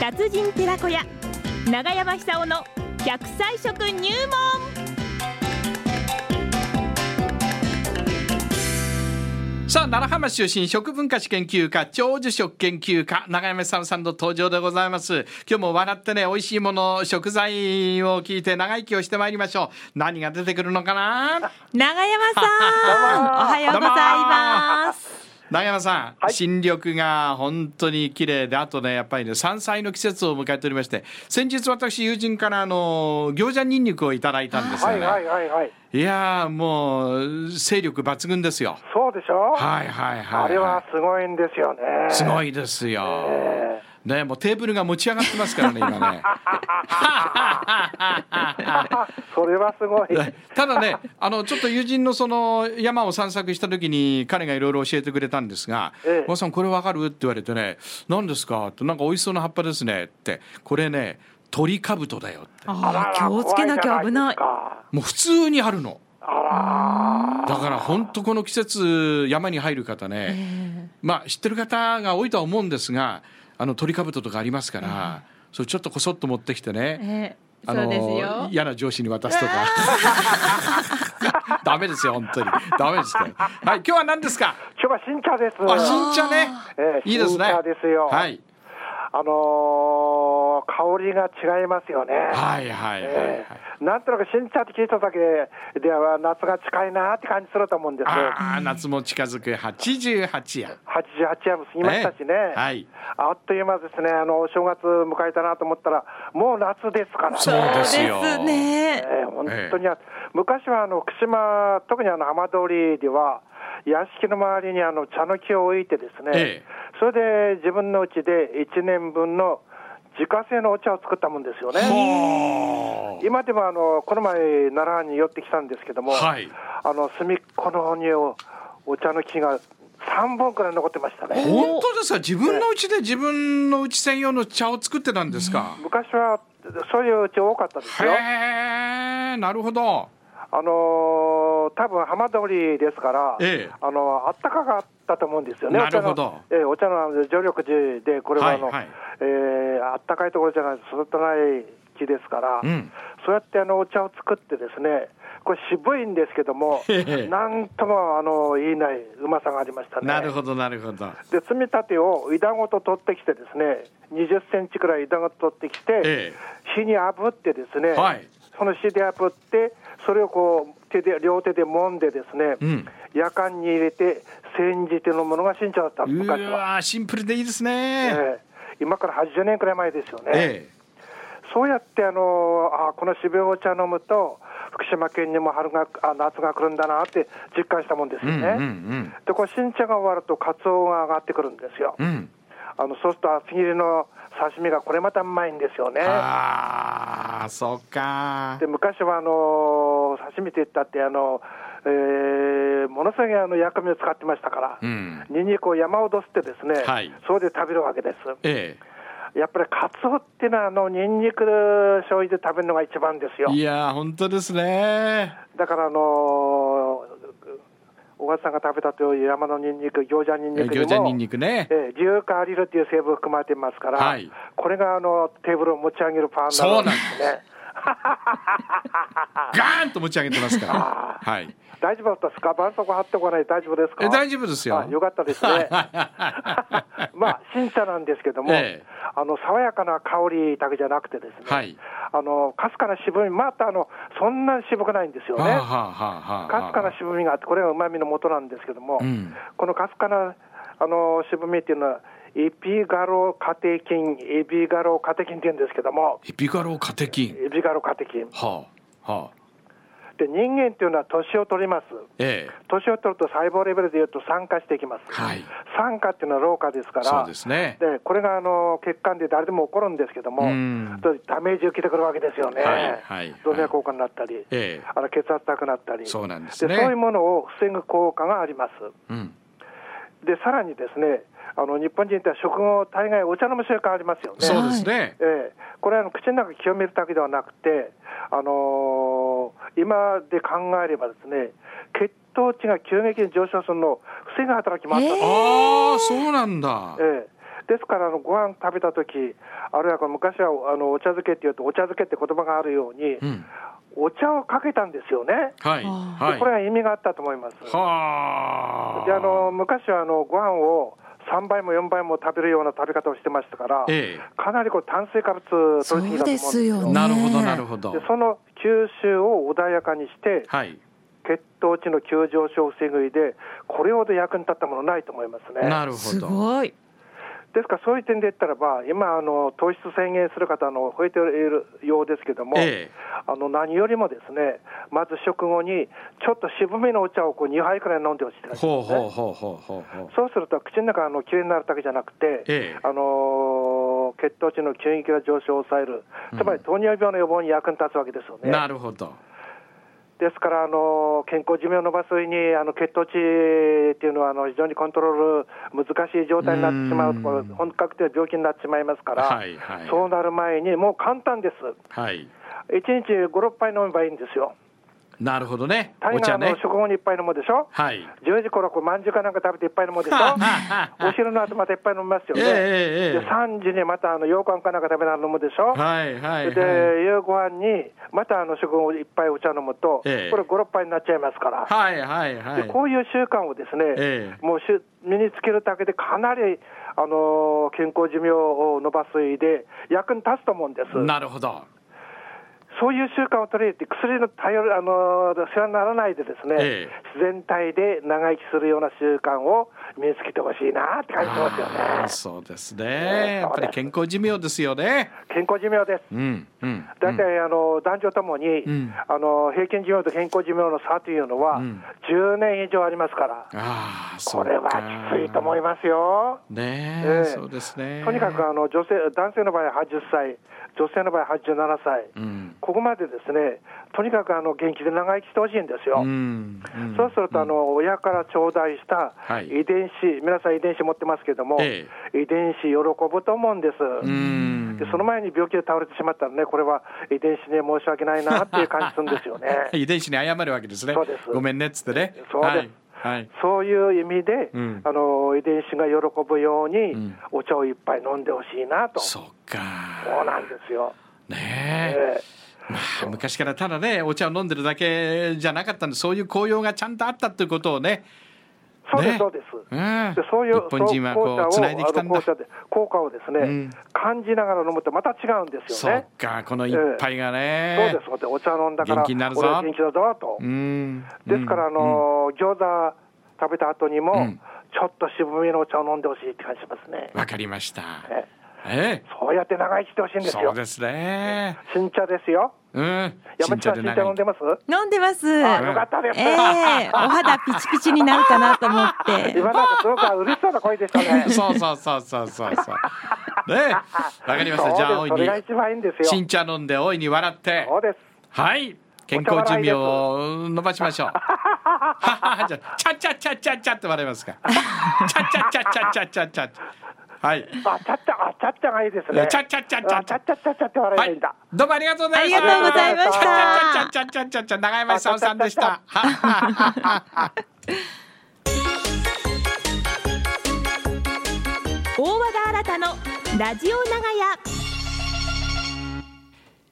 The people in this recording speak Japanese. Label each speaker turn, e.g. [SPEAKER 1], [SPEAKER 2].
[SPEAKER 1] 白人寺子屋長山久夫の百歳食入門
[SPEAKER 2] さあ奈良浜市出身食文化史研究家長寿食研究家永山さんさんの登場でございます今日も笑ってね美味しいもの食材を聞いて長生きをしてまいりましょう何が出てくるのかな
[SPEAKER 1] 長山さん おはようございます
[SPEAKER 2] 長山さん、
[SPEAKER 3] はい
[SPEAKER 2] 新緑が本当に綺麗であとねやっぱりね山菜の季節を迎えておりまして先日私友人からあの餃子ニンニクをいただいたんですよ
[SPEAKER 3] は
[SPEAKER 2] ね、
[SPEAKER 3] いはいはいはい。
[SPEAKER 2] いやーもう勢力抜群ですよ
[SPEAKER 3] そうでしょ
[SPEAKER 2] はいはいはい、はい、
[SPEAKER 3] あれはすごいんですよね。
[SPEAKER 2] すごいですよ、
[SPEAKER 3] え
[SPEAKER 2] ね、もうテーブルが持ち上がってますからね、今 ね。
[SPEAKER 3] ー。それはすごい。
[SPEAKER 2] ただね、あのちょっと友人のその山を散策した時に、彼がいろいろ教えてくれたんですが
[SPEAKER 3] ええ。
[SPEAKER 2] おばさん、これわかるって言われてね、何ですかって、なんか美味しそうな葉っぱですねって、これね、鳥カブトだよって。
[SPEAKER 1] あ
[SPEAKER 3] ら
[SPEAKER 1] ー気をつけなきゃ危ない
[SPEAKER 3] 怖じゃ
[SPEAKER 2] もう普通にあるの。
[SPEAKER 3] ですかあ
[SPEAKER 2] だから本当この季節山に入る方ね、まあ知ってる方が多いとは思うんですがあの鳥かぶととかありますから、それちょっとこそっと持ってきてね、
[SPEAKER 1] ええ
[SPEAKER 2] あ
[SPEAKER 1] そうですよ
[SPEAKER 2] の嫌な上司に渡すと
[SPEAKER 3] 。
[SPEAKER 2] かダメですよ本当にダメですねはい今日は何ですから
[SPEAKER 3] 今日は新茶です。
[SPEAKER 2] あ新茶ね
[SPEAKER 3] ええ
[SPEAKER 2] いいですね
[SPEAKER 3] 新茶ですよ
[SPEAKER 2] はい、
[SPEAKER 3] あのー香りが違いますよね。
[SPEAKER 2] はいはいはいはい、
[SPEAKER 3] ええなんとなく新茶って聞いただけでは夏が近いなって感じすると思うんです。
[SPEAKER 2] ああ夏も近づく88夜
[SPEAKER 3] 88夜も過ぎましたしね、
[SPEAKER 2] ええはい
[SPEAKER 3] あっという間ですね、あのお正月迎えたなと思ったら、もう夏ですから
[SPEAKER 2] そう
[SPEAKER 3] ね、
[SPEAKER 2] ですよ
[SPEAKER 1] ですね
[SPEAKER 3] ええ本当にあ、昔はあの福島、特にあの浜通りでは、屋敷の周りにあの茶の木を置いてですね、
[SPEAKER 2] ええ
[SPEAKER 3] それで自分の家で1年分の自家製のお茶を作ったもんですよね。
[SPEAKER 2] ほー
[SPEAKER 3] 今でもあのこの前、奈良に寄ってきたんですけども、
[SPEAKER 2] はい
[SPEAKER 3] あの隅っこの方におお茶の木が3本くらい残ってましたね。
[SPEAKER 2] 本当ですか自分の家で自分の家専用の茶を作ってたんですか、
[SPEAKER 3] 昔はそういううち多かったですよ。
[SPEAKER 2] へえなるほど
[SPEAKER 3] あのー多分浜通りですから、
[SPEAKER 2] ええ
[SPEAKER 3] あのーあったかかったと思うんですよね。
[SPEAKER 2] なるほど
[SPEAKER 3] お茶の,、ええお茶のあの常緑樹でこれはあの、
[SPEAKER 2] はいはい
[SPEAKER 3] ええあったかいところじゃないと育たない木ですから、
[SPEAKER 2] うん
[SPEAKER 3] そうやってあのお茶を作ってですね。これ渋いんですけども
[SPEAKER 2] ええ、
[SPEAKER 3] なんともあの言えないうまさがありましたね。
[SPEAKER 2] なるほどなるほど
[SPEAKER 3] で積み立てを枝ごと取ってきてですね20センチくらい枝ごと取ってきて、
[SPEAKER 2] え
[SPEAKER 3] 火に炙ってですね、
[SPEAKER 2] はい
[SPEAKER 3] その火で炙ってそれをこう手で両手で揉んでですね、
[SPEAKER 2] うん
[SPEAKER 3] 夜間に入れて煎じてのものが新茶だった
[SPEAKER 2] う
[SPEAKER 3] 昔は、
[SPEAKER 2] わーシンプルでいいです
[SPEAKER 3] え
[SPEAKER 2] ね
[SPEAKER 3] え今から80年くらい前ですよね、
[SPEAKER 2] え
[SPEAKER 3] そうやってあのあこの渋いお茶飲むと福島県にも春があ夏が来るんだなって実感したもんです
[SPEAKER 2] えう
[SPEAKER 3] よ
[SPEAKER 2] ん
[SPEAKER 3] ね、
[SPEAKER 2] うん
[SPEAKER 3] でこれ新茶が終わるとカツオが上がってくるんですよ、
[SPEAKER 2] うんうん
[SPEAKER 3] あのそうすると厚切りの刺身がこれまたうまいんですよね。
[SPEAKER 2] ああそうか
[SPEAKER 3] で昔はあのー刺身って言ったってあの、えーものすごいあの薬味を使ってましたから、
[SPEAKER 2] うん
[SPEAKER 3] ニンニクを山ほど吸ってですね、
[SPEAKER 2] はい
[SPEAKER 3] そうで食べるわけです。
[SPEAKER 2] え
[SPEAKER 3] やっぱりカツオっていうのはあのニンニク醤油で食べるのが一番ですよ
[SPEAKER 2] えい。やー本当ですね
[SPEAKER 3] だからあのー小川さんが食べたという山のニンニク、餃子ニンニクにも、
[SPEAKER 2] 餃子ニンニクね
[SPEAKER 3] えー、硫化アリルっていう成分含まれてますから、
[SPEAKER 2] はい
[SPEAKER 3] これがあのテーブルを持ち上げるパワーになるんですね。
[SPEAKER 2] ガーンと持ち上げてますからはい
[SPEAKER 3] 大丈夫だったですか、絆創膏貼っておかないで大丈夫ですか。
[SPEAKER 2] え大丈夫ですよ
[SPEAKER 3] あよかったですね。 まあ、新茶なんですけども、
[SPEAKER 2] ええ
[SPEAKER 3] あの爽やかな香りだけじゃなくてです ね。
[SPEAKER 2] はい
[SPEAKER 3] あのかすかな渋み、またあのそんなに渋くないんですよ
[SPEAKER 2] はあは
[SPEAKER 3] ね
[SPEAKER 2] あ。はあはあ
[SPEAKER 3] かすかな渋みがあって、これが旨味の元なんですけども、
[SPEAKER 2] うん
[SPEAKER 3] このかすかなあの渋みっていうのは。エピガロカテキン、エビガロカテキンって言うんですけども、
[SPEAKER 2] エピカロカテキン
[SPEAKER 3] エビガロカテキン。
[SPEAKER 2] はあはあ
[SPEAKER 3] で、人間っていうのは年を取ります。
[SPEAKER 2] ええ
[SPEAKER 3] 年を取ると細胞レベルでいうと酸化していきます、
[SPEAKER 2] はい
[SPEAKER 3] 酸化っていうのは老化ですから、
[SPEAKER 2] そうですね
[SPEAKER 3] でこれがあの血管で誰でも起こるんですけども
[SPEAKER 2] うん、
[SPEAKER 3] そういうダメージを受けてくるわけですよね、
[SPEAKER 2] はいはい
[SPEAKER 3] 動脈硬化になったり、
[SPEAKER 2] ええ
[SPEAKER 3] あの血圧高くなったり
[SPEAKER 2] そうなんですね
[SPEAKER 3] そういうものを防ぐ効果があります。
[SPEAKER 2] うん
[SPEAKER 3] でさらにですねあの日本人って食後、大概お茶飲む習慣ありますよね。
[SPEAKER 2] そうですね
[SPEAKER 3] ええ、これはあの口の中清めるだけではなくて、あのー今で考えればですね、血糖値が急激に上昇するのを防ぐ働きもあったと、
[SPEAKER 1] え
[SPEAKER 3] え
[SPEAKER 1] え
[SPEAKER 2] ああそうなんだ
[SPEAKER 3] えですからあのご飯食べた時あるいはこの昔はあのお茶漬けっていうとお茶漬けって言葉があるように、
[SPEAKER 2] うん
[SPEAKER 3] お茶をかけたんですよね。
[SPEAKER 2] はい
[SPEAKER 1] あ
[SPEAKER 2] はい
[SPEAKER 3] これは意味があったと思います。
[SPEAKER 2] はあ
[SPEAKER 3] であの昔はあのご飯を3倍も4倍も食べるような食べ方をしてましたから、
[SPEAKER 2] ええ
[SPEAKER 3] かなりこう炭水化物取りすぎだと思
[SPEAKER 1] そうですよね
[SPEAKER 3] うんですよ。
[SPEAKER 2] なるほどなるほど
[SPEAKER 3] でその吸収を穏やかにして、
[SPEAKER 2] はい
[SPEAKER 3] 血糖値の急上昇を防ぐいで、これほど役に立ったものないと思いますね。
[SPEAKER 2] なるほ
[SPEAKER 1] す
[SPEAKER 2] ど
[SPEAKER 1] ごい。
[SPEAKER 3] ですから、そういう点で言ったらば、今あの、糖質制限する方の増えているようですけども、
[SPEAKER 2] ええ
[SPEAKER 3] あの何よりもですね、まず食後に、ちょっと渋めのお茶をこう2杯くらい飲んでほしいです、ね。
[SPEAKER 2] ほうほうほうほうほうほう
[SPEAKER 3] そうすると、口の中あのきれいになるだけじゃなくて、
[SPEAKER 2] ええ
[SPEAKER 3] あのー血糖値の急激な上昇を抑える、つまり糖尿病の予防に役に立つわけですよね。
[SPEAKER 2] なるほど
[SPEAKER 3] ですから、あのー健康寿命を伸ばす上にあの血糖値っていうのはあの非常にコントロール難しい状態になってしまうと、こ
[SPEAKER 2] うん
[SPEAKER 3] れ本格的な病気になってしまいますから、
[SPEAKER 2] はいはい
[SPEAKER 3] そうなる前に、もう簡単です、
[SPEAKER 2] はい
[SPEAKER 3] 1日5、6杯飲めばいいんですよ。
[SPEAKER 2] なるほどね
[SPEAKER 3] 大
[SPEAKER 2] お茶
[SPEAKER 3] 河
[SPEAKER 2] ね
[SPEAKER 3] の食後に1杯飲むでしょ、
[SPEAKER 2] はい
[SPEAKER 3] 10時頃こうまんじゅうかなんか食べていっぱい飲 むでしょお昼の後またいっぱい飲みますよね、
[SPEAKER 2] ええええええ
[SPEAKER 3] で3時にまたあの羊羹かなんか食べながら飲むでしょ、
[SPEAKER 2] はいはい
[SPEAKER 3] で
[SPEAKER 2] はい
[SPEAKER 3] 夕ご飯にまたあの食後いっぱいお茶飲むと、
[SPEAKER 2] ええ
[SPEAKER 3] これ5、6杯になっちゃいますから、
[SPEAKER 2] はいはいは
[SPEAKER 3] で
[SPEAKER 2] い
[SPEAKER 3] こういう習慣をですね、
[SPEAKER 2] ええ
[SPEAKER 3] もうしゅ身につけるだけでかなり、あのー健康寿命を伸ばす上で役に立つと思うんです。
[SPEAKER 2] なるほど
[SPEAKER 3] そういう習慣を取り入れて、薬の頼る、あの、世話にならないでですね、
[SPEAKER 2] ええ
[SPEAKER 3] 自然体で長生きするような習慣を身につけてほしいなって感じてますよ
[SPEAKER 2] あ
[SPEAKER 3] ね
[SPEAKER 2] ー。そうです
[SPEAKER 3] え
[SPEAKER 2] ね
[SPEAKER 3] え
[SPEAKER 2] やっぱり健康寿命ですよね
[SPEAKER 3] 健康寿命です。
[SPEAKER 2] うんうんう
[SPEAKER 3] 大
[SPEAKER 2] ん
[SPEAKER 3] 体、あの、男女ともに、
[SPEAKER 2] ん
[SPEAKER 3] あの、平均寿命と健康寿命の差というのは、
[SPEAKER 2] うん
[SPEAKER 3] 10年以上ありますから、
[SPEAKER 2] ああそ
[SPEAKER 3] こ
[SPEAKER 2] うか
[SPEAKER 3] れはきついと思いますよ。
[SPEAKER 2] ねえ
[SPEAKER 3] ええ
[SPEAKER 2] そうですね
[SPEAKER 3] とにかく、あの、女性、男性の場合は80歳、女性の場合は87
[SPEAKER 2] う
[SPEAKER 3] 歳。
[SPEAKER 2] ん
[SPEAKER 3] ここまでですね、とにかくあの元気で長生きしてほしいんですよ。
[SPEAKER 2] うんうん
[SPEAKER 3] そうすると、あの親から頂戴した
[SPEAKER 2] はい
[SPEAKER 3] 遺伝子、皆さん遺伝子持ってますけども、
[SPEAKER 2] え
[SPEAKER 3] 遺伝子、喜ぶと思うんです、
[SPEAKER 2] うん
[SPEAKER 3] で、その前に病気で倒れてしまったらね、これは遺伝子に申し訳ないなっていう感じするんです よね。
[SPEAKER 2] 遺伝子に謝るわけですね
[SPEAKER 3] そうです
[SPEAKER 2] ごめんねっつってね
[SPEAKER 3] そうです
[SPEAKER 2] はいはい
[SPEAKER 3] そういう意味で、
[SPEAKER 2] うん
[SPEAKER 3] あの遺伝子が喜ぶように、
[SPEAKER 2] ん
[SPEAKER 3] お茶をいっぱい飲んでほしいなと、そ
[SPEAKER 2] そうか
[SPEAKER 3] うなんですよ。
[SPEAKER 2] ねえ
[SPEAKER 3] ええ
[SPEAKER 2] まあ昔からただねお茶を飲んでるだけじゃなかったんでそういう効用がちゃんとあったということをね
[SPEAKER 3] そうです、
[SPEAKER 2] ね
[SPEAKER 3] そうです。
[SPEAKER 2] うん
[SPEAKER 3] でそういう
[SPEAKER 2] 日本人はこう
[SPEAKER 3] そう
[SPEAKER 2] 繋いできたんだ
[SPEAKER 3] 紅茶をあの紅茶で効果をですね、
[SPEAKER 2] うん
[SPEAKER 3] 感じながら飲むとまた違うんです
[SPEAKER 2] そ
[SPEAKER 3] よ
[SPEAKER 2] う
[SPEAKER 3] ね。
[SPEAKER 2] かこの一杯がね
[SPEAKER 3] そうです、そうです。お茶飲んだから、
[SPEAKER 2] 元気になるぞ
[SPEAKER 3] 俺は元気だぞと。
[SPEAKER 2] うん
[SPEAKER 3] ですから、あのー餃子食べた後にも、
[SPEAKER 2] うん
[SPEAKER 3] ちょっと渋めのお茶を飲んでほしいって感じしますね。
[SPEAKER 2] わかりました
[SPEAKER 3] え
[SPEAKER 2] え
[SPEAKER 3] そうやって長生きしてほしいん
[SPEAKER 2] え
[SPEAKER 3] です
[SPEAKER 2] そ
[SPEAKER 3] よ
[SPEAKER 2] う。ですね
[SPEAKER 3] 新茶ですよ。
[SPEAKER 2] うん
[SPEAKER 3] 山地さん、新
[SPEAKER 2] 長。
[SPEAKER 3] 茶飲んでます
[SPEAKER 1] 飲んでます。
[SPEAKER 3] あ、よかったです。
[SPEAKER 1] ええお肌ピチピチになるかなと思って。
[SPEAKER 3] 今なんかすごく嬉しそうな声でしたね
[SPEAKER 2] そうそうそうそうそうそう。ねえ、わかりました。じゃあ
[SPEAKER 3] そう
[SPEAKER 2] 大い
[SPEAKER 3] ですそれ
[SPEAKER 2] に
[SPEAKER 3] が一番いいんです
[SPEAKER 2] 新
[SPEAKER 3] よ。
[SPEAKER 2] 茶飲んで大いに笑って、
[SPEAKER 3] そうです。
[SPEAKER 2] はい、健康寿命を伸ばしま しょう。じゃあ、チャチャチャチャチャって笑いますか。チャチャチャチャチャチャチャ。はい、
[SPEAKER 3] あ、ちゃっちゃ、あ、ちゃっちゃがいいですね。
[SPEAKER 2] ちゃっちゃっちゃっちゃ
[SPEAKER 3] あちゃっちゃっちゃっちゃって笑え
[SPEAKER 2] は
[SPEAKER 3] ない
[SPEAKER 2] い
[SPEAKER 3] んだ。、
[SPEAKER 2] どうもありがとうございまし
[SPEAKER 1] あり
[SPEAKER 2] た。
[SPEAKER 1] がとうございました
[SPEAKER 2] チャチャチャチャチャチャ長山久夫さんでした。
[SPEAKER 1] 大和田新太のラジオ長屋。